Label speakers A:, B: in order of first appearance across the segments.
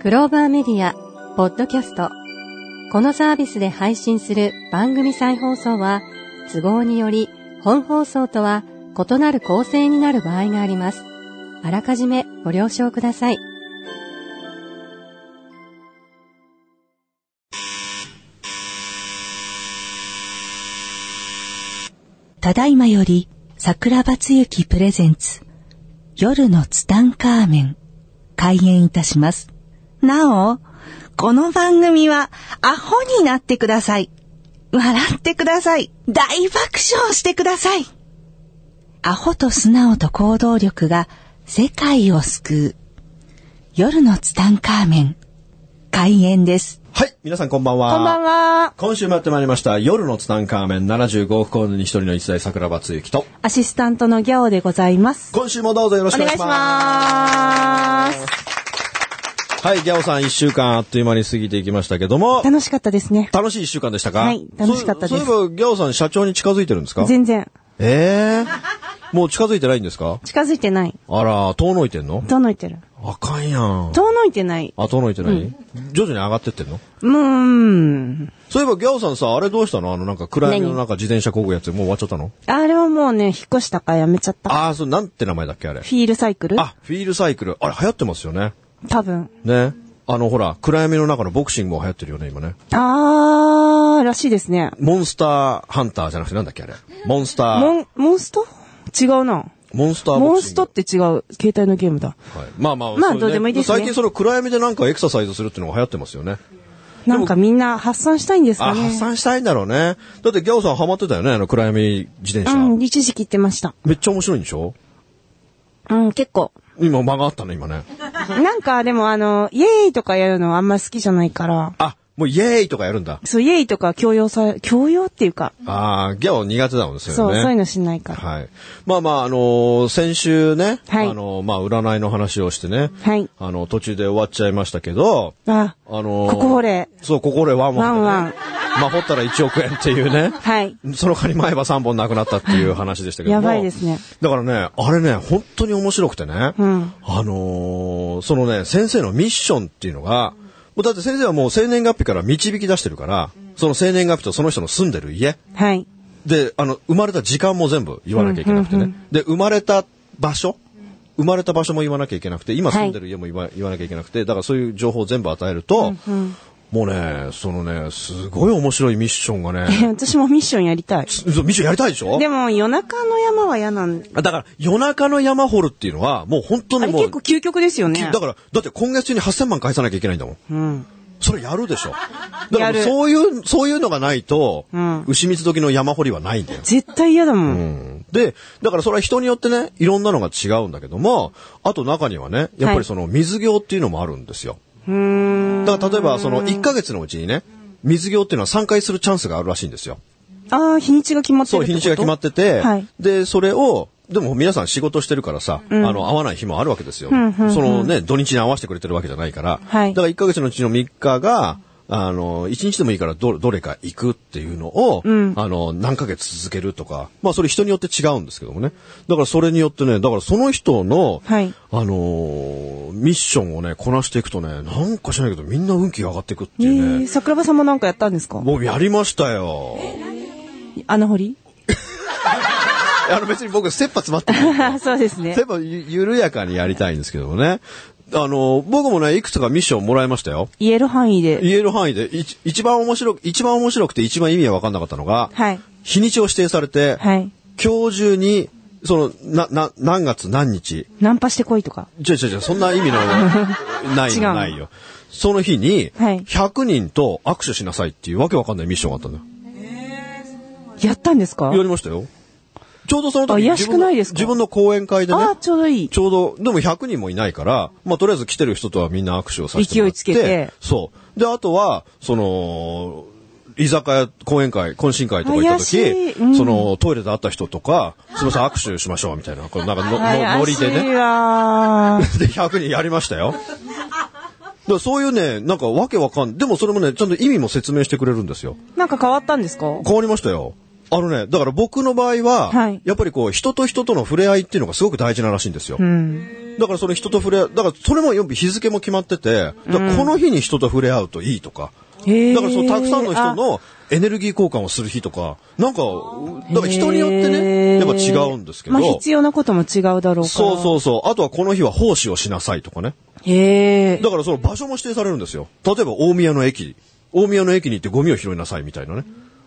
A: クローバーメディア、ポッドキャスト。このサービスで配信する番組再放送は、都合により本放送とは異なる構成になる場合があります。あらかじめご了承ください。
B: ただいまより、桜庭つゆきプレゼンツ、夜のツタンカーメン、開演いたします。なお、この番組は、アホになってください。笑ってください。大爆笑してください。アホと素直と行動力が世界を救う。夜のツタンカーメン、開演です。
C: はい、皆さんこんばんは。
B: こんばん
C: は。
B: は。
C: 今週もやってまいりました、夜のツタンカーメン75億光年に一人の一代桜庭つゆきと、
B: アシスタントのギャオでございます。
C: 今週もどうぞよろしくお願いします。
B: ます。
C: はい、ギャオさん一週間あっという間に過ぎていきましたけども、
D: 楽しかったですね。
C: 楽しい一週間でしたか
D: はい楽しかったです
C: そういそういえば、ギャオさん社長に近づいてるんですか
D: 全然。
C: ええもう近づいてないんですか
D: 近づいてない。
C: あら、遠のいてんの
D: 遠のいてる。
C: あかんやん。
D: 遠のいてない。
C: あ、遠のいてない、徐々に上がってってんの
D: うーん。
C: そういえば、ギャオさんさ、あれどうしたのあの、なんか暗闇の中自転車こぐやつ、もう終わっちゃったの
D: あれはもうね、引っ越したからやめちゃった。
C: ああ、そう、なんて名前だっけあれ
D: フ。ィールサイクル
C: あ、フィールサイクル。あれ流行ってますよね。
D: 多分。
C: ね。あの、ほら、暗闇の中のボクシングも流行ってるよね、今ね。
D: あー、らしいですね。
C: モンスターハンターじゃなくてなんだっけあれ。モンスター、モ
D: モ
C: ン
D: ン、モンスト違うな。
C: スターボクシング。
D: モンストって違う。携帯のゲームだ。
C: はい、まあまあ、
D: まあ
C: それ
D: どうでもいいですね
C: 最近その暗闇でなんかエクササイズするっていうのが流行ってますよね。
D: なんかみんな発散したいんです
C: あ、
D: か
C: 発
D: ね。
C: 散したいんだろうね。だってギャオさんハマってたよね、あの暗闇自転車。
D: うん、一時期言ってました。
C: めっちゃ面白いんでしょ
D: うん、結構。
C: 今間があったね、今ね。
D: なんかでもあの、イエーイとかやるのあんま好きじゃないから。
C: あ、もうイエーイとかやるんだ。
D: そう、イエーイとか強要さ、強要っていうか。
C: ああ、ギャオ苦手だもんですよね。
D: そう、そういうのしないから。
C: はい。まあまあ、あのー先週ね、
D: はい
C: あのーまあ、占いの話をしてね、
D: はい
C: あの、途中で終わっちゃいましたけど、
D: あ、
C: あのー
D: ここほれ
C: そう、ここでワンワン、ね。
D: ワンワン
C: まあ、掘ったら1億円っていうね。
D: はい。
C: その代わり前歯3本なくなったっていう話でしたけど
D: や
C: も。
D: ばいですね。
C: だからね、あれね、本当に面白くてね、
D: うん
C: あのーそのね、先生のミッションっていうのが、もうだって先生はもう生年月日から導き出してるから、その生年月日とその人の住んでる家、
D: はい。
C: で、あの、生まれた時間も全部言わなきゃいけなくてね。で、生まれた場所生まれた場所も言わなきゃいけなくて、今住んでる家も言わ,、言わなきゃいけなくて、だからそういう情報を全部与えると、もうね、そのね、すごい面白いミッションが
D: え
C: ね、
D: 私もミッションやりたい。
C: そうミッションやりたいでしょ
D: でも、夜中の山は嫌なん
C: だから、夜中の山掘るっていうのは、もう本当
D: あ
C: に
D: れ
C: もう
D: 結構、究極ですよね。
C: だから、だって今月中に8000万返さなきゃいけないんだもん。
D: うん。
C: それやるでしょ。だか
D: や
C: ら、
D: る
C: そういう、そういうのがないと、
D: うん
C: 牛蜜時の山掘りはないんだよ。
D: 絶対嫌だも。
C: うんんで、だからそれは人によってね、いろんなのが違うんだけども、あと中にはね、やっぱりその水行っていうのもあるんですよ。
D: うーん。
C: だから例えばその1ヶ月のうちにね、水行っていうのは3回するチャンスがあるらしいんですよ。
D: ああ、日にちが決まって
C: そ
D: る
C: う、
D: ってこと
C: 日にちが決まってて、
D: はい
C: で、それを、でも皆さん仕事してるからさ、あの、会わない日もあるわけですよ。
D: んうんうん
C: そのね、土日に会わせてくれてるわけじゃないから、
D: はい
C: だから1ヶ月のうちの3日が、あの、1日でもいいからど、どれか行くっていうのを、
D: ん
C: あの、何ヶ月続けるとか、まあそれ人によって違うんですけどもね。だからそれによってね、だからその人の、
D: はい
C: あのーミッションをね、こなしていくとね、なんかしないけどみんな運気が上がっていくって
D: え
C: いうね。
D: ー、桜庭さんもなんかやったんですか
C: 僕やりましたよ。
D: 穴掘 り
C: あの別に僕、切羽詰まってない。
D: あそうですね
C: 例。えばゆ、緩やかにやりたいんですけどもね。あの、僕もね、いくつかミッションもらいましたよ。
D: 言える範囲で。
C: 言える範囲で、いち一番面白く、一番面白くて一番意味が分かんなかったのが、
D: はい。
C: 日にちを指定されて、
D: はい。
C: 今日中に、その、な、な、何月何日、
D: ナンパしてこいとか。
C: ちょいちょいちょい、そんな意味の、 ない
D: 違う
C: よ、
D: の
C: ないよ。その日に、
D: はい
C: 100人と握手しなさいっていうわけわかんないミッションがあったんだよ。
D: やったんですか
C: やりましたよ。ちょうどその
D: あ
C: 時、
D: いやしくないですか
C: 自分の講演会でね、
D: ああ、ちょうどいい。
C: ちょうど、でも100人もいないから、まあとりあえず来てる人とはみんな握手をさせてもら
D: 勢
C: って。
D: いつけて
C: そう。で、あとは、その、居酒屋、講演会、懇親会とか行った
D: 怪し
C: 時、
D: いうん
C: その、トイレで会った人とか、すみません、握手しましょう、みたいな、こうなんかの、の、ノリで
D: 怪しい
C: ね。
D: わー
C: で、100人やりましたよ。だからそういうね、なんかわけわかん、でもそれもね、ちゃんと意味も説明してくれるんですよ。
D: なんか変わったんですか
C: 変わりましたよ。あのね、だから僕の場合は、
D: はい
C: やっぱりこう、人と人との触れ合いっていうのがすごく大事ならしいんですよ。
D: うん。
C: だからその人と触れ合う、だからそれも日付も決まってて、だからこの日に人と触れ合うといいとか、
D: へー
C: だからそのたくさんの人のエネルギー交換をする日とか、なんか、だから人によってね、
D: へ
C: や
D: ー
C: っぱ違うんですけど、
D: まあ必要なことも違うだろうから。
C: そうそうそう、あとはこの日は奉仕をしなさいとかね。
D: へえ。
C: だからその場所も指定されるんですよ。例えば大宮の駅、大宮の駅に行ってゴミを拾いなさいみたいなね。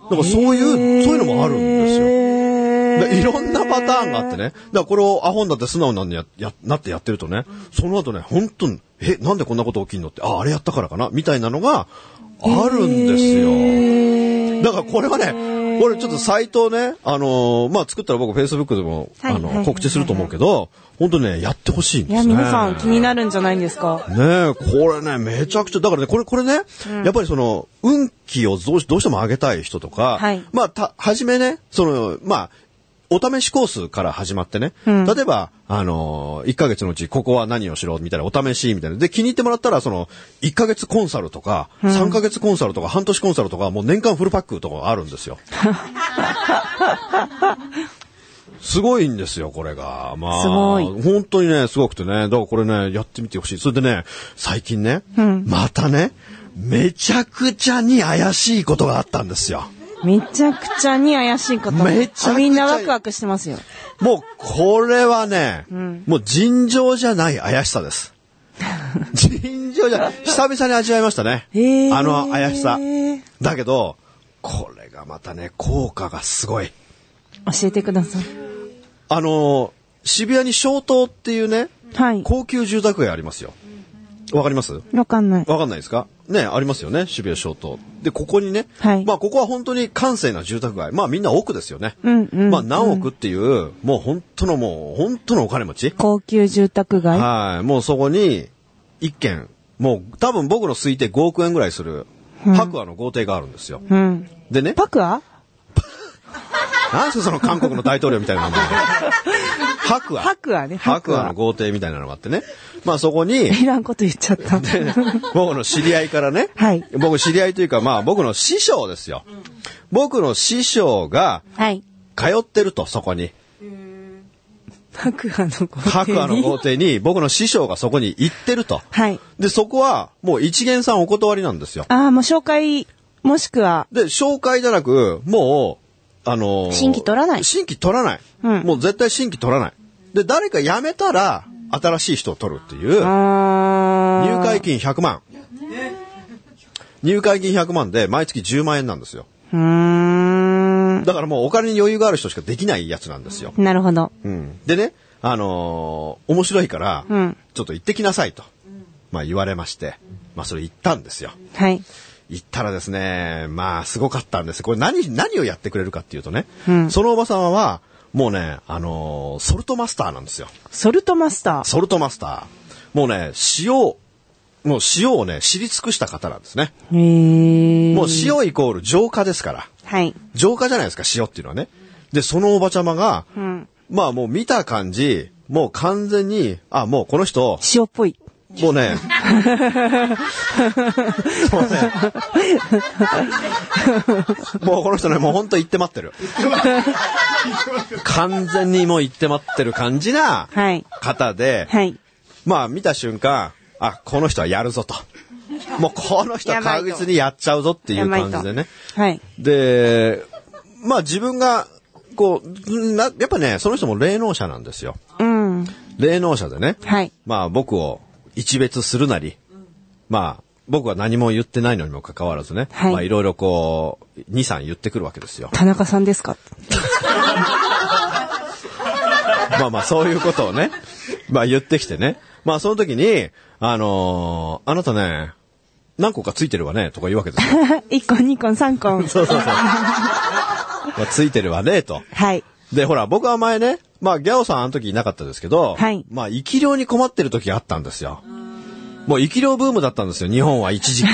C: だからそういう、そういうのもあるんですよ。
D: よ
C: でいろんなパターンがあってね。だからこれをアホになって素直なんでや、や、なってやってるとね、その後ね、本当に、え、なんでこんなこと起きんのって、あ、あれやったからかなみたいなのが、あるんですよ。だからこれはね、これちょっとサイトをね、あのーまあ、作ったら僕 Facebook でも、
D: はい
C: あ
D: はいは
C: の、
D: い
C: 告知すると思うけど、本当にね、やってほしいんです
D: い
C: ね。
D: や、皆さん気になるんじゃないんですか
C: ねえ、これね、めちゃくちゃ、だからね、これ、これね、やっぱりその、運気をどうしどうしても上げたい人とか、
D: はい
C: まあ、た、はじめね、その、まあ、お試しコースから始まってね、例えば、あのー、1ヶ月のうち、ここは何をしろ、みたいな、お試し、みたいな。で、気に入ってもらったら、その、1ヶ月コンサルとか、3ヶ月コンサルとか、半年コンサルとか、もう年間フルパックとかあるんですよ。すごいんですよ、これが。まあ、
D: すごい
C: 本当にね、すごくてね、だからこれね、やってみてほしい。それでね、最近ね、またね、めちゃくちゃに怪しいことがあったんですよ。
D: めちゃくちゃに怪しいこと。
C: めちゃくちゃ
D: みんなワクワクしてますよ。
C: もう、これはね、もう尋常じゃない怪し さです。尋常じゃない。久々に味わいましたね。
D: へー
C: あの怪しさ。だけど、これがまたね、効果がすごい。
D: 教えてください。
C: あのー、渋谷に小島っていうね、
D: はい。
C: 高級住宅街ありますよ。わかります
D: わかんない。
C: わかんないですかね、ありますよね、渋谷小島。で、ここにね、
D: はい
C: まあ、ここは本当に閑静な住宅街。まあ、みんな奥ですよね。
D: うんうん
C: まあ、何億っていう、もう本当のもう、本当のお金持ち。
D: 高級住宅街。
C: はい。もうそこに、一軒、もう多分僕の推定5億円ぐらいする、白亜の豪邸があるんですよ。
D: うん。
C: でね、
D: パクア
C: なんですかその韓国の大統領みたい な名前。白亜。
D: 白亜ね白亜
C: 白亜の豪邸みたいなのがあってね。まあそこに、
D: いらんこと言っちゃった。
C: 僕の知り合いからね、
D: はい
C: 僕知り合いというか、まあ僕の師匠ですよ。僕の師匠が
D: はい。
C: 通ってると、そこに。
D: 白亜の豪邸に。
C: 白亜の豪 邸に、僕の師匠がそこに行ってると。
D: はい。
C: で、そこは、もう一元さんお断りなんですよ。
D: ああ、もう紹介、もしくは、
C: で、紹介じゃなく、もう、あのー
D: 新規取らない
C: 新規取らない。
D: うん
C: もう絶対新規取らない。で、誰か辞めたら、新しい人を取るっていう。
D: あ
C: 入会金100万。入会金100万で毎月10万円なんですよ。
D: ーうーん。
C: だからもうお金に余裕がある人しかできないやつなんですよ。
D: なるほど。
C: うん、でね、あのー面白いから、
D: うん
C: ちょっと行ってきなさいと、まあ言われまして、まあそれ行ったんですよ。
D: はい。
C: 行ったらですね、まあすごかったんです。これ何、何をやってくれるかっていうとね、
D: うん
C: そのおばさんは、もうね、あのーソルトマスターなんですよ。
D: ソルトマスター。
C: ソルトマスター。もうね、塩を、もう塩をね、知り尽くした方なんですね。
D: へー
C: もう塩イコール浄化ですから。
D: はい。
C: 浄化じゃないですか、塩っていうのはね。で、そのおばちゃまが、
D: うん。
C: まあもう見た感じ、もう完全に、あ、もうこの人、
D: 塩っぽい。
C: もうね、もうね、もうこの人ね、もうほんと言って待ってる。完全にもう言って待ってる感じな
D: はい。
C: 方で、
D: はい。
C: まあ見た瞬間、あ、この人はやるぞと。もうこの人は確実にやっちゃうぞっていう感じでね。
D: はい。
C: で、まあ自分が、こう、な、やっぱね、その人も霊能者なんですよ。
D: うん。
C: 霊能者でね。
D: はい。
C: まあ僕を一別するなり、まあ僕は何も言ってないのにもかかわらずね、
D: はい
C: まあいろいろこう、2、3言ってくるわけですよ。
D: 田中さんですか
C: まあまあそういうことをね、 まあ言ってきてね。まあその時に、あのーあなたね、何個かついてるわね、とか言うわけですよ。
D: 一個、二個、三個。
C: そうそうそう。まあついてるわね、と。
D: はい。
C: で、ほら、僕は前ね、まあ、ギャオさんあの時いなかったですけど、
D: はい
C: まあ、生き量に困ってる時があったんですよ。もう生き量ブームだったんですよ、日本は 一時期。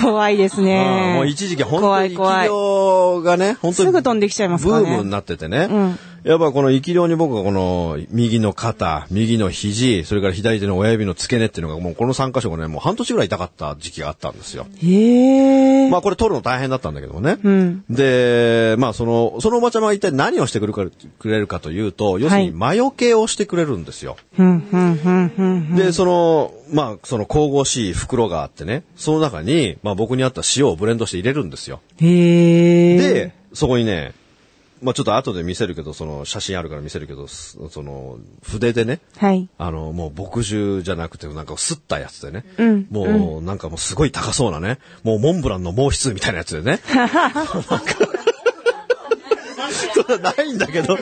D: 怖いです
C: うん
D: ね。
C: もう一時期、本当
D: 怖
C: に
D: い
C: 生き
D: 怖い。
C: 量がね、本当に。
D: すぐ飛んできちゃいますからね
C: ブームになっててね。
D: うん
C: やっぱこの生き量に僕はこの右の肩、右の肘、それから左手の親指の付け根っていうのがもうこの3箇所がね、もう半年ぐらい痛かった時期があったんですよ。
D: へえ。
C: まあこれ取るの大変だったんだけどもね。
D: うん。
C: で、まあその、そのおばちゃまは一体何をしてくれるかくれるかというと、要するに魔除けをしてくれるんですよ。
D: うん、うん、うん、うん。
C: で、その、まあ、その神々しい袋があってね、その中に、まあ僕にあった塩をブレンドして入れるんですよ。
D: へえ。、
C: で、そこにね、まあちょっと後で見せるけど、その写真あるから見せるけど、すその筆でね、
D: はい。
C: あの、もう墨汁じゃなくて、なんかすったやつでね、
D: うん
C: もうなんかもうすごい高そうなね、もうモンブランの毛筆みたいなやつ でね、なんかそんなないんだけど、な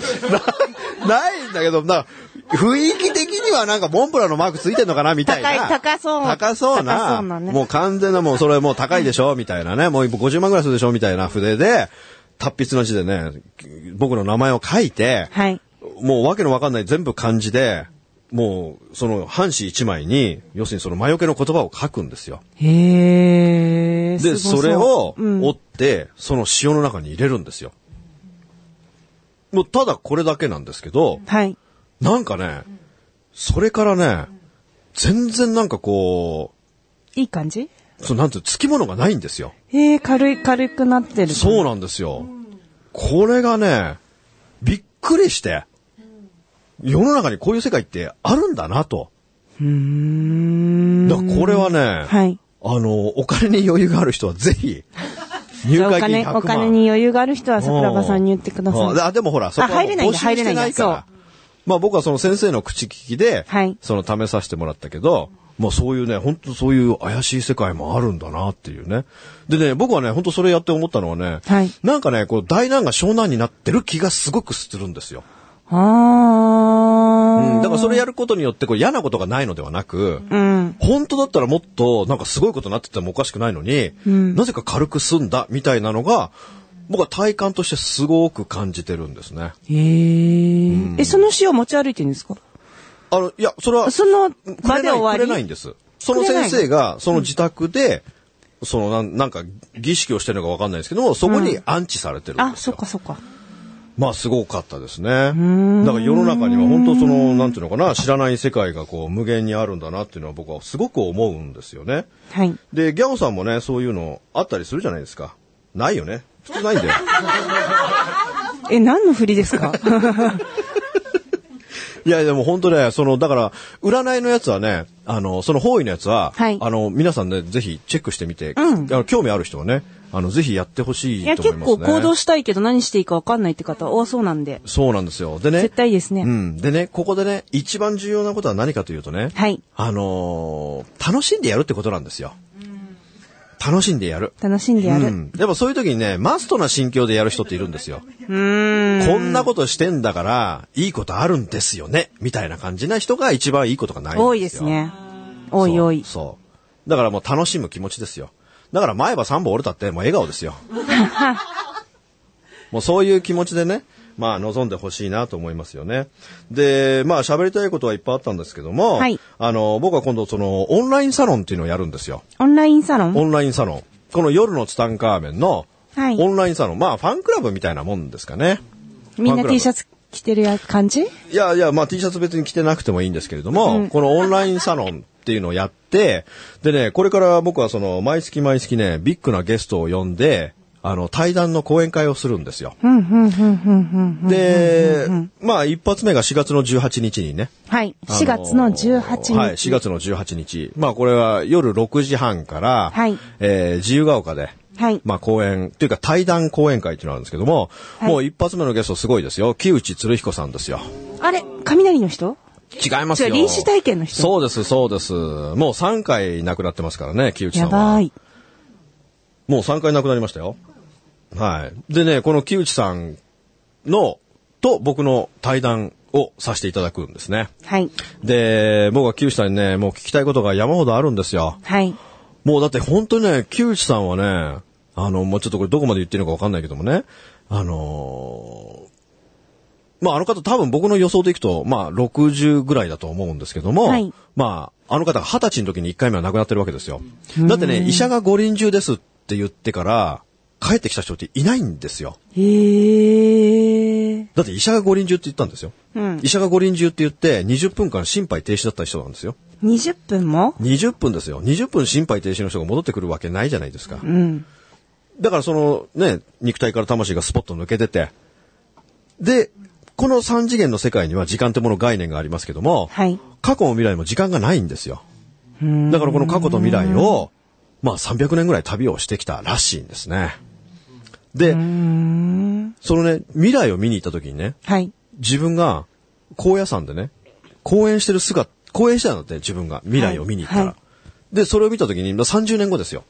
C: ないんだけど、なんか雰囲気的にはなんかモンブランのマークついてんのかなみたいな。
D: 高い高そう
C: 高そうな。
D: 高そうなね
C: もう完全なもうそれもう高いでしょみたいなね。もう50万ぐらいするでしょみたいな筆で、達筆の字でね、僕の名前を書いて、
D: はい。
C: もうわけのわかんない全部漢字で、もうその半紙一枚に、要するにその魔除けの言葉を書くんですよ。
D: へえ。
C: で、
D: すご
C: そうれを
D: うん
C: 折って、その塩の中に入れるんですよ。もうただこれだけなんですけど、
D: はい。
C: なんかね、それからね、全然なんかこ
D: いい感じ
C: う、そうなんていうの、つきものがないんですよ。
D: へえ、軽い、軽くなってる。
C: そうなんですよ。これがね、びっくりして、世の中にこういう世界ってあるんだなと。
D: うーん。
C: だからこれはね、
D: はい。
C: あの、お金に余裕がある人は ぜひ、
D: じ
C: 入
D: ゃあお
C: 会金100
D: 金、
C: 万。
D: お金に余裕がある人は桜庭さんに言ってくださ
C: う
D: い
C: ん。あ、でもほら、そこはもう
D: 入れないん
C: 募
D: だ
C: 集して
D: 入れない
C: なんい
D: だ
C: から。まあ僕はその先生の口利きで、
D: はい
C: その試させてもらったけど、まあそういうね、本当そういう怪しい世界もあるんだなっていうね。でね、僕はね、本当それやって思ったのはね、
D: はい
C: なんかね、こう大難が湘南になってる気がすごくするんですよ。
D: あ
C: う
D: ー。
C: ん、だからそれやることによってこう嫌なことがないのではなく、
D: うん。
C: 本当だったらもっとなんかすごいことになっててもおかしくないのに、なぜか軽く済んだみたいなのが、僕は体感としてすごく感じてるんですね。
D: へえ。え、その塩持ち歩いてるんですか
C: あの、いや、それは、
D: その
C: く
D: 場
C: れ
D: で
C: ない、く
D: 終
C: れな
D: わ
C: いん
D: り
C: です。その先生が、その自宅で、そのなん、なんか、儀式をしてるのかわかんないですけども、そこに安置されてるん
D: あ、
C: です
D: そっ
C: よ。
D: かそっか。
C: まあ、すごかったですね。だから世の中には本当その、なんていうのかな、知らない世界がこう、無限にあるんだなっていうのは僕はすごく思うんですよね。
D: はい。
C: で、ギャオさんもね、そういうのあったりするじゃないですか。ないよね。普通ないんだよ。
D: え、何の振りですか
C: いや、でも本当ね、その、だから、占いのやつはね、あの、その方位のやつは、
D: はい
C: あの、皆さんね、ぜひチェックしてみて、
D: うん
C: あの興味ある人はね、あの、ぜひやってほし
D: い
C: い
D: や、
C: と思い
D: 結
C: ますね。
D: 構行動したいけど何していいか分かんないって方多そうなんで。
C: そうなんですよ。でね、
D: 絶対いいです
C: う
D: ね。
C: ん。でね、ここでね、一番重要なことは何かというとね、
D: はい。
C: あのー楽しんでやるってことなんですよ。楽しんでやる。
D: 楽しんでや
C: う
D: る。
C: ん。やっぱそういう時にね、マストな心境でやる人っているんですよ。
D: うーん。
C: こんなことしてんだから、いいことあるんですよね、みたいな感じな人が一番いいことがないんですよ。
D: 多いですね。多い多い。
C: そう。そうだからもう楽しむ気持ちですよ。だから前歯3本折れたってもう笑顔で すよ。もうそういう気持ちでね、まあ望んでほしいなと思いますよね。で、まあ喋りたいことはいっぱいあったんですけども、
D: はい
C: あの、僕は今度そのオンラインサロンっていうのをやるんですよ。
D: オンラインサロン
C: オンラインサロン。この夜のツタンカーメンの
D: はい
C: オンラインサロン。まあファンクラブみたいなもんですかね。
D: みん
C: フ
D: な
C: ァンクラブ
D: T シャツ着てるや感じ
C: いやいや、まあ T シャツ別に着てなくてもいいんですけれども、このオンラインサロンっていうのをやって、でね、これから僕はその毎月毎月ね、ビッグなゲストを呼んで、あの、対談の講演会をするんですよ。
D: うん、うん、うん、うん、うん。
C: で、まあ一発目が4月の18日にね。
D: はい。
C: あの
D: 4月の18日。
C: はい、4月の18日。まあこれは夜6時半から、
D: はい
C: えー自由が丘で、
D: はい。
C: まあ講演、というか対談講演会っていうのがあるんですけども、
D: はい
C: もう一発目のゲストすごいですよ。木内鶴彦さんですよ。
D: あれ雷の人
C: 違いますよ。
D: 違う臨死体験の人
C: そうです、そうです。もう3回亡くなってますからね、木内さ
D: や
C: んは。
D: ばい。
C: もう3回亡くなりましたよ。はい。でね、この木内さんの、と僕の対談をさせていただくんですね。
D: はい。
C: で、僕は木内さんにね、もう聞きたいことが山ほどあるんですよ。
D: はい。
C: もうだって本当にね、木内さんはね、あの、もうちょっとこれどこまで言ってるのかわかんないけどもね、あのーまああの方多分僕の予想でいくと、まあ60ぐらいだと思うんですけども、
D: はい
C: まああの方が20歳の時に1回目は亡くなってるわけですよ。だってね、医者が五輪中ですって言ってから、帰ってきた人っていないんですよ。
D: へえ。
C: だって医者が五輪中って言ったんですよ。
D: うん
C: 医者が五輪中って言って、20分間心肺停止だった人なんですよ。
D: 20分も
C: 20分ですよ。20分心肺停止の人が戻ってくるわけないじゃないですか。
D: うん。
C: だからそのね、肉体から魂がスポッと抜け出て、で、この三次元の世界には時間ってもの概念がありますけども、
D: はい。
C: 過去も未来も時間がないんですよ。だからこの過去と未来を、まあ300年ぐらい旅をしてきたらしいんですね。で、そのね、未来を見に行った時にね、
D: はい。
C: 自分が高野山でね、公演してる姿、公演してたんだって自分が未来を見に行ったら。
D: はいは
C: で、それを見た時に、だ30年後ですよ。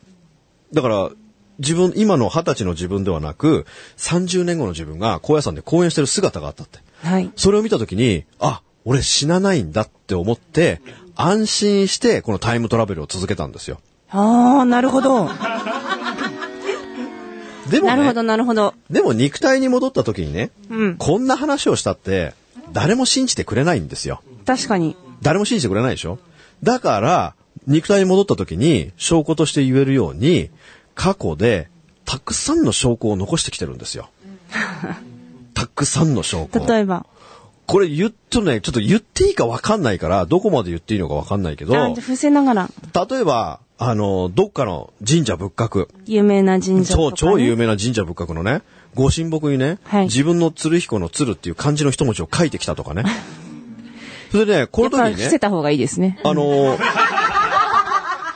C: だから、自分、今の20歳の自分ではなく、30年後の自分が高野山で公演してる姿があったって。
D: はい。
C: それを見た時に、あ、俺死なないんだって思って、安心してこのタイムトラベルを続けたんですよ。
D: ああ、なるほど。
C: でも、
D: な
C: ね、
D: るほど、なるほど。
C: でも肉体に戻った時にね、
D: うん
C: こんな話をしたって、誰も信じてくれないんですよ。
D: 確かに。
C: 誰も信じてくれないでしょだから、肉体に戻った時に証拠として言えるように、過去でたくさんの証拠を残してきてるんですよ。たくさんの証拠。
D: 例えば。
C: これ言っとね、ちょっと言っていいかわかんないから、どこまで言っていいのかわかんないけど、
D: あ、じゃあ伏せながら、
C: 例えば、あの、どっかの神社仏閣。
D: 有名な神社
C: そう、
D: とか、ね。
C: 超有名な神社仏閣のね、ご神木にね、
D: はい
C: 自分の鶴彦の鶴っていう漢字の一文字を書いてきたとかね。それでね、この時
E: やっぱ
C: に
E: 伏
C: ね
E: せ、た方がいいですね。
C: あのー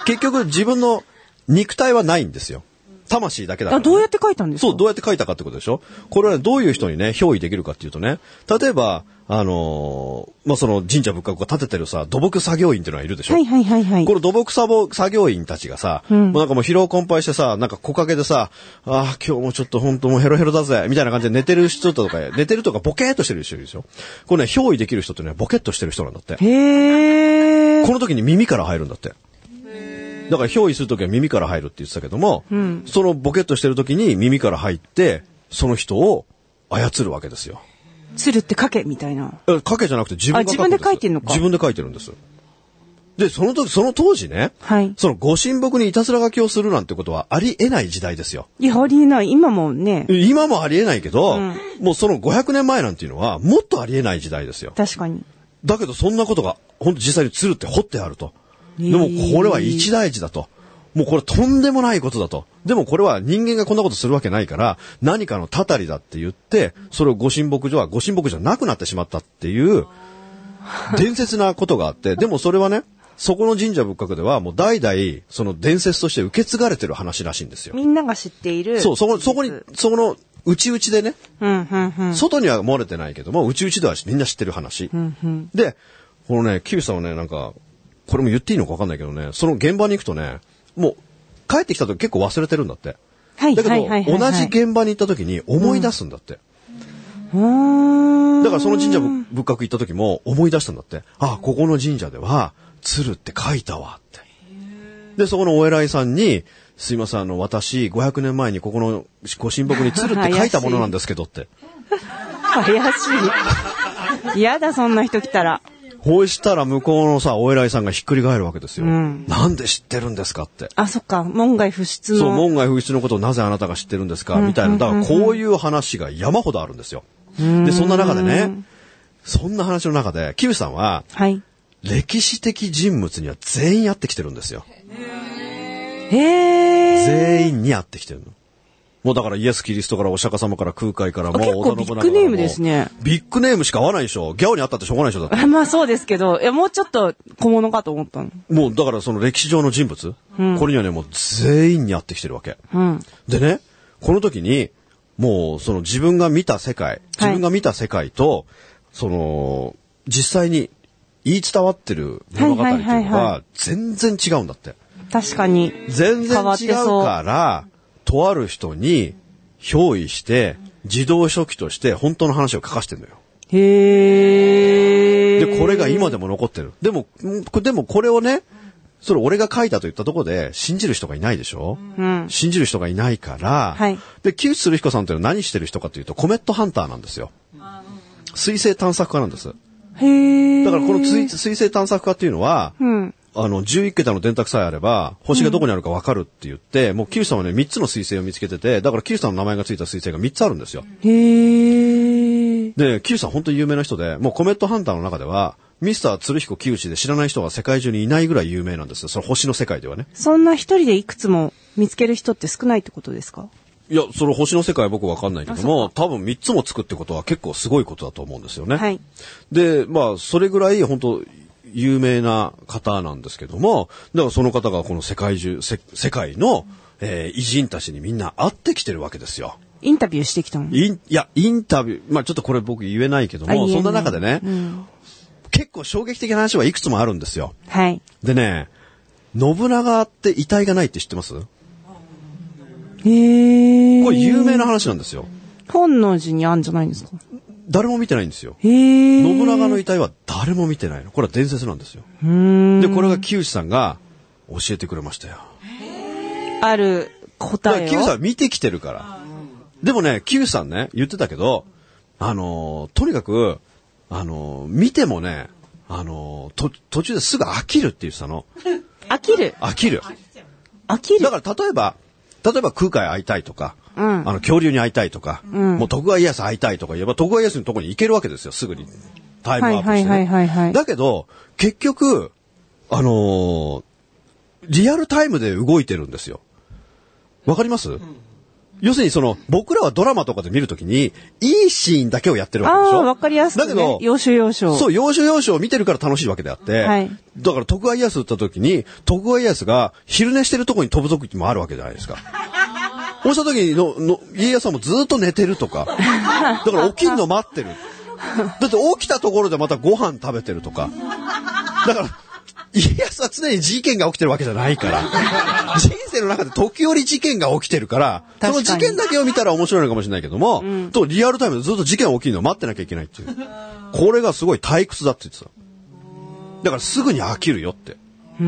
C: 結局自分の肉体はないんですよ。魂だけだから
D: あ、
C: ね、
D: どうやって書いたんですか
C: そう、どうやって書いたかってことでしょこれはどういう人にね、憑依できるかっていうとね、例えば、あのーまあ、その神社仏閣が建ててるさ、土木作業員っていうのがいるでしょ
D: はいはいはいはい。
C: この土木作業作業員たちがさ、もうなんかもう疲労困憊してさ、なんか木陰でさ、ああ、今日もちょっと本当もうヘロヘロだぜ、みたいな感じで寝てる人とか、寝てるとかボケーっとしてる人いるでしょこれね、憑依できる人ってね、ボケっとしてる人なんだって。
D: へえ。
C: この時に耳から入るんだって。だから憑依する時は耳から入るって言ってたけども、そのボケっとしてる時に耳から入って、その人を操るわけですよ。
D: 鶴って書けみたいな。
C: え書けじゃなくて自分が
D: あ自分で書いてんのか
C: 自分で書いてるんです。で、その時、その当時ね、
D: はい
C: そのご神木にいたずら書きをするなんてことはありえない時代ですよ。
D: いや、ありえない。今もね、
C: 今もありえないけ
D: う
C: ど、
D: ん
C: もうその500年前なんていうのはもっとありえない時代ですよ。
D: 確かに。
C: だけどそんなことが、本当実際に鶴って掘ってあると。でもこれは一大事だと。もうこれとんでもないことだと。でもこれは人間がこんなことするわけないから、何かのたたりだって言って、それをご神木所はご神木じゃなくなってしまったっていう、伝説なことがあって、でもそれはね、そこの神社仏閣ではもう代々、その伝説として受け継がれてる話らしいんですよ。
D: みんなが知っている。
C: そう、そこ、そこに、そこの、内々でね、
D: うん、うん、うん。
C: 外には漏れてないけども、うちうちではみんな知ってる話。で、このね、キビさんはね、なんか、これも言っていいのか分かんないけどね、その現場に行くとね、もう、帰ってきた時結構忘れてるんだって。
D: はい、
C: だけ
D: は
C: ど、
D: い、はい。
C: 同じ現場に行った時に思い出すんだって。
D: だ
C: だからその神社仏仏閣行った時も思い出したんだって。あ、ここの神社では、鶴って書いたわって。で、そこのお偉いさんに、すいません、あの、私、500年前にここのご神木に鶴って書いたものなんですけどって。
D: 怪しい。嫌だ、そんな人来たら。
C: こうしたら向こうのさ、お偉いさんがひっくり返るわけですよ。
D: うん
C: なんで知ってるんですかって。
D: あ、そっか。門外不出の。
C: そう、門外不出のことをなぜあなたが知ってるんですかみたいな。だからこういう話が山ほどあるんですよ。で、そんな中でね、そんな話の中で、キムさんは、
D: はい。
C: 歴史的人物には全員やってきてるんですよ。
D: へえ。
C: 全員にやってきてるの。もうだからイエス・キリストからお釈迦様から空海からも
D: あ
C: う
D: 結構
C: 織田信長から
D: ビ
C: も
D: ッグネームですね
C: ビッグネームしか合わないでしょ。ギャオに会ったってしょうがないでしょ。だって
D: あまあそうですけど、いや、もうちょっと小物かと思ったの。
C: もうだからその歴史上の人物、これにはね、もう全員に会ってきてるわけ。
D: うん。
C: でね、この時に、もうその自分が見た世界、自分が見た世界と、その、実際に言い伝わってる物語っていう
D: はいはい
C: の
D: はいは
C: が全然違うんだって。
D: 確かに。
C: 全然
D: 変わっ
C: 違
D: て
C: う
D: そう
C: から、とある人に憑依して、自動書記として本当の話を書かしてるのよ。
D: へえ。
C: で、これが今でも残ってる。でも、んこでもこれをね、それ俺が書いたと言ったところで、信じる人がいないでしょ、
D: うん。
C: 信じる人がいないから、
D: はい
C: で、木内鶴彦さんというのは何してる人かというと、コメットハンターなんですよ。水星探索家なんです。だか
D: へえ。
C: らこの水水星探索家っていうのは、
D: うん。
C: あの、11桁の電卓さえあれば、星がどこにあるか分かるって言って、もうキリさんはね、3つの彗星を見つけてて、だからキリさんの名前がついた彗星が3つあるんですよ。
D: へえ。え
C: で、木内さん本当に有名な人で、もうコメットハンターの中では、ミスター鶴彦木内で知らない人が世界中にいないぐらい有名なんですよ。その星の世界ではね。
D: そんな一人でいくつも見つける人って少ないってことですか
C: いや、その星の世界は僕わかんないけど
D: あそ
C: も、多分3つもつくってことは結構すごいことだと思うんですよね。
D: はい
C: で、まあ、それぐらい本当有名な方なんですけども、だからその方がこの世界中、せ世界の、えー偉人たちにみんな会ってきてるわけですよ。
D: インタビューしてきたの
C: イン、いや、インタビュー、まあちょっとこれ僕言えないけど
D: あ言え
C: も、
D: ない
C: そんな中でね、
D: うん
C: 結構衝撃的な話はいくつもあるんですよ。
D: はい。
C: でね、信長って遺体がないって知ってますこ
D: へえ。
C: れ有名な話なんですよ。
D: 本能寺にあんじゃないんですか
C: 誰も見てないんですよ。
D: へえ。
C: 信長の
D: う
C: 遺体は誰も見てないの。これは伝説なんですよ。
D: ーん。
C: で、これが木内さんが教えてくれましたよ。
D: ある
C: だか
D: 答
C: ら
D: え
C: 木内さん
D: を。
C: は見てきてるから。でもね、木内さんね、言ってたけど、あのーとにかく、あのー見てもね、あのーと、途中ですぐ飽きるって言ってたの。
D: 飽きる。
C: 飽きる。
D: 飽きる
C: だ。から例えば、例えば空海会いたいとか、
D: うん
C: あの恐竜に会いたいとか、
D: ん
C: もう徳川家康会いたいとか言えば徳川家康のところに行けるわけですよ、すぐに。タイムアップして、ね
D: はいはいはいはいはい
C: だけど、結局、あのーリアルタイムで動いてるんですよ。わかります、要するにその、僕らはドラマとかで見るときに、いいシーンだけをやってるわけでし
D: あ
C: ょ
D: あ、わかりやすくね。
C: だけど、
D: 要所要所。
C: そう、要所要所を見てるから楽しいわけであって、
D: はい
C: だから徳川家康打った時に、徳川家康が昼寝してるとこに飛ぶ時もあるわけじゃない ですか。そうした時にの、の、家康さんもずっと寝てるとか、だから起きるの待ってる。だって起きたところでまたご飯食べてるとか。だから、家康は常に事件が起きてるわけじゃないから。 人生の中で時折事件が起きてるから、
D: 確
C: そ
D: か
C: の
D: に
C: 事件だけを見たら面白いのかもしれないけども、とリアルタイムでずっと事件が起きるのを待ってなきゃいけないっていう。これがすごい退屈だって言ってた。だからすぐに飽きるよって。
D: う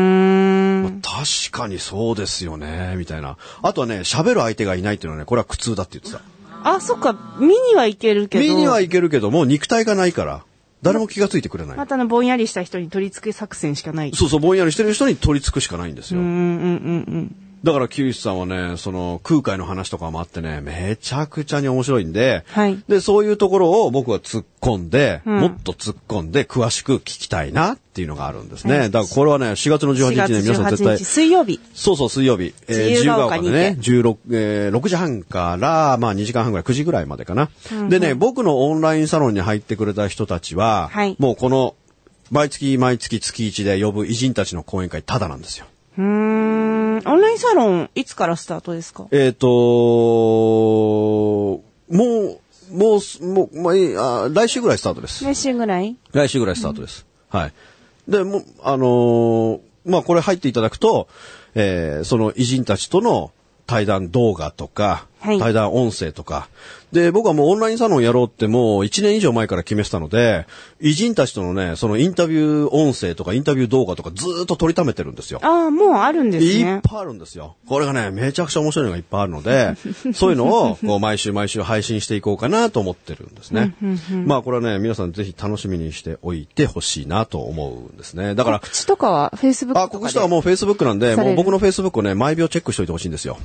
D: ーん。
C: 確かにそうですよね、みたいな。あとはね、喋る相手がいないっていうのはね、これは苦痛だって言ってた。
D: あ、そっか。見にはいけるけど。
C: 見にはいけるけども、肉体がないから、誰も気がついてくれない。
D: またあのぼんやりした人に取り付け作戦しかない。
C: そうそう、ぼんやりしてる人に取り付くしかないんですよ。
D: うんうんうん
C: だから、木内さんはね、その、空海の話とかもあってね、めちゃくちゃに面白いんで、
D: はい
C: で、そういうところを僕は突っ込んで、
D: うん
C: もっと突っ込んで、詳しく聞きたいなっていうのがあるんですね。だから、これはね、4月の
D: うん。4
C: 18日
D: 月
C: ね、皆さん絶
D: 18
C: 対
D: 日、水曜日。
C: そうそう、水曜日。えー、
D: 自由
C: 自由
D: が
C: が
D: 丘
C: 丘
D: に
C: で
D: て
C: ね、16、えー6時半から、まあ2時間半ぐらい、9時ぐらいまでかな。でね、僕のオンラインサロンに入ってくれた人たちは、
D: はい
C: もうこの、毎月毎月月1で呼ぶ偉人たちの講演会、ただなんですよ。
D: うーん。オンラインサロン、いつからスタートですか
C: えっ、ともう、もうす、もう、まあいい、あ来週ぐらいスタートです。
D: 来週ぐらい
C: 来週ぐらいスタートです。はい。で、もう、あのーまあ、これ入っていただくと、えーその偉人たちとの対談動画とか、
D: はい
C: 対談音声とか。で、僕はもうオンラインサロンやろうってもう1年以上前から決めてたので、偉人たちとのね、そのインタビュー音声とかインタビュー動画とかずーっと取りためてるんですよ。
D: ああ、もうあるんです
C: いっ
D: ね。
C: ぱいあるんですよ。これがね、めちゃくちゃ面白いのがいっぱいあるの で、そういうのをこう毎週毎週配信していこうかなと思ってるんですね。まあこれはね、皆さんぜひ楽しみにしておいてほしいなと思うんですね。だから、
D: 告知とかは Facebook とかで。
C: あ、ここしたはもう Facebook なんで、
D: され
C: も
D: る
C: う僕の Facebook をね、毎秒チェックしておいてほしいんですよ。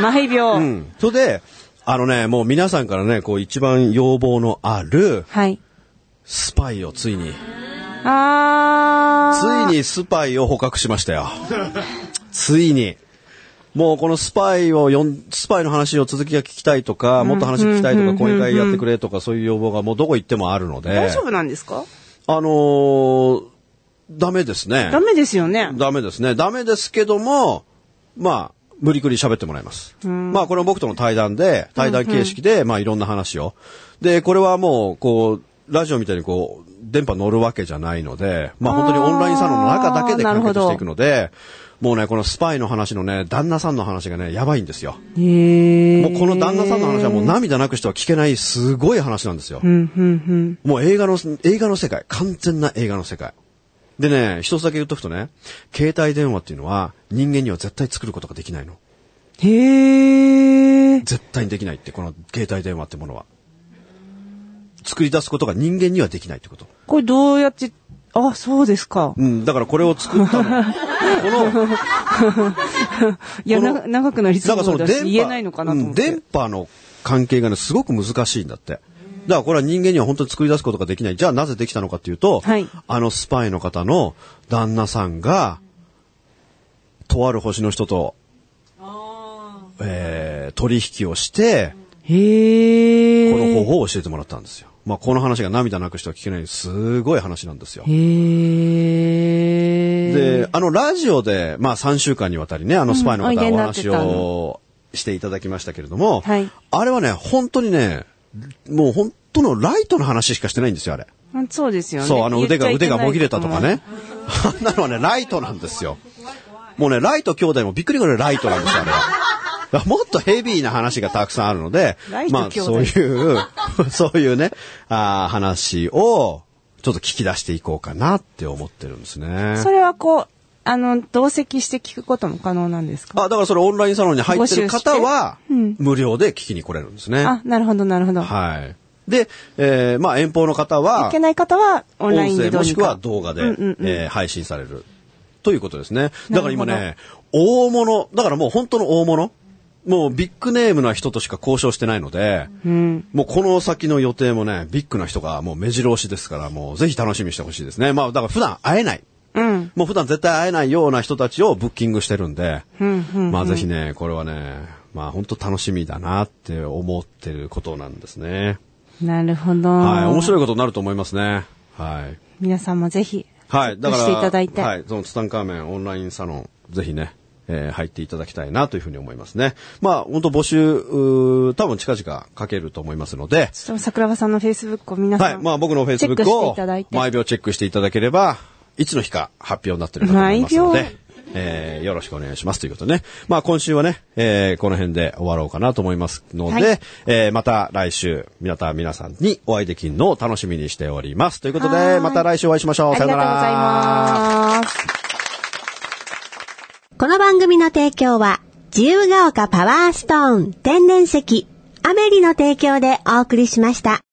D: 毎秒。
C: うん。それで、あのね、もう皆さんからね、こう一番要望のある、
D: はい。
C: スパイをついに、
D: あ
C: つ
D: ー。
C: いにスパイを捕獲しましたよ。ついに。もうこのスパイをよん、スパイの話を続きが聞きたいとか、もっと話聞きたいとか、講演会やってくれとか、そういう要望がもうどこ行ってもあるの
D: 大
C: で
D: 丈、夫なんですか
C: あのー、ダメですね。
D: ダメですよね。
C: ダメですね。ダメですけども、まあ、無理くり喋ってもらいます。まあ、これは僕との対談で、対談形式で、まあ、いろんな話を。で、これはもう、こう、ラジオみたいにこう、電波乗るわけじゃないので、まあ、本当にオンラインサロンの中だけで
D: あーな
C: 完
D: るほ
C: 結
D: ど
C: していくので、もうね、このスパイの話のね、旦那さんの話がね、やばいんですよ。
D: へー。
C: もうこの旦那さんの話はもう涙なくしては聞けない、すごい話なんですよ。
D: うん、うん、うん。
C: もう映画の、映画の世界。完全な映画の世界。でね、一つだけ言っとくとね、携帯電話っていうのは人間には絶対作ることができないの。
D: へー。
C: 絶対にできないって、この携帯電話ってものは。作り出すことが人間にはできないってこと。
D: これどうやって、あ、そうですか。
C: うん、だからこれを作ったの。この、
D: いや、
C: この
D: な長くなりそ
C: なんかそうの
D: だ
C: 電
D: し、
C: 波、
D: 言えないのかなと
C: う
D: 思
C: ん
D: って。
C: 電波の関係がね、すごく難しいんだって。だからこれは人間には本当に作り出すことができない。じゃあなぜできたのかっていうと、
D: はい
C: あのスパイの方の旦那さんが、とある星の人と、えー、取引をして、
D: へえ。
C: この方法を教えてもらったんですよ。まあこの話が涙なくしては聞けない、すごい話なんですよ。
D: へえ。
C: で、、あの、ラジオで、まあ、3週間にわたりね、あの、スパイの
D: うんおい
C: 方
D: で
C: お
D: になって
C: 話
D: たの
C: をしていただきましたけれども、
D: はい
C: あれはね、本当にね、もう本当のライトの話しかしてないんですよ、あれ。
D: あそうですよね。
C: そう、あの、腕が、
D: 言っちゃ
C: 腕
D: いけない
C: がもぎれたとかね。あんなのはね、ライトなんですよ。もうね、ライト兄弟もびっくりぐらいライトなんですよ、あれは。だからもっとヘビーな話がたくさんあるので
D: ライ、ト
C: まあ、
D: 兄弟
C: そういう、 そういうね、あー話を、ちょっと聞き出していこうかなって思ってるんですね。
D: それはこう、あの、同席して聞くことも可能なんですか
C: あ、だからそれオンラインサロンに入ってる方は
D: 募集してうん、
C: 無料で聞きに来れるんですね。
D: あ、なるほど、なるほど。い。
C: はい。で、えーまあ遠方の方は
D: け、ない方は、オンライ
C: 音
D: ンで
C: 声
D: どう
C: も
D: に
C: し
D: か。
C: くは動画で、
D: うんうんうん
C: えー配信される。ということですね。だから今
D: なる
C: ね、大物、だからもう本当の大物、もうビッグネームな人としか交渉してないので、
D: うん。
C: もうこの先の予定もね、ビッグな人がもう目白押しですから、もうぜひ楽しみにしてほしいですね。まあだから普段会えない。
D: うん。
C: もう普段絶対会えないような人たちをブッキングしてるんで、
D: うん。うん。
C: まあぜひね、これはね、まあ本当楽しみだなって思ってることなんですね。
D: なるほど。
C: はい、面白いことになると思いますね。はい。
D: 皆さんもぜひ、
C: はい、だから、
D: していただいて。
C: はい、そのツタンカーメンオンラインサロン、ぜひね、えー入っていただきたいなというふうに思いますね。まあ本当募集、うー多分近々かけると思いますので、
D: ちょっと桜庭さんのフェイスブックを皆さ
C: は
D: ん。
C: い、まあ僕のフェイスブッ
D: チ
C: ク
D: ェックしてい
C: を
D: ただいて。
C: 毎秒チェックしていただければ、いつの日か発表になってるかと思いますの
D: 毎
C: で
D: 秒、
C: えーよろしくお願いしますということでね。まあ今週はね、えーこの辺で終わろうかなと思いますので、
D: はい
C: えーまた来週、皆さん皆さんにお会いできるのを楽しみにしております。ということ
D: は
C: で、
D: い
C: また来週お会いしましょう。
D: あ
C: さ
D: り
C: よ
D: が
C: な
D: とうご
C: ら。
D: ざいます。
E: この番組の提供は、自由が丘パワーストーン天然石、アメリの提供でお送りしました。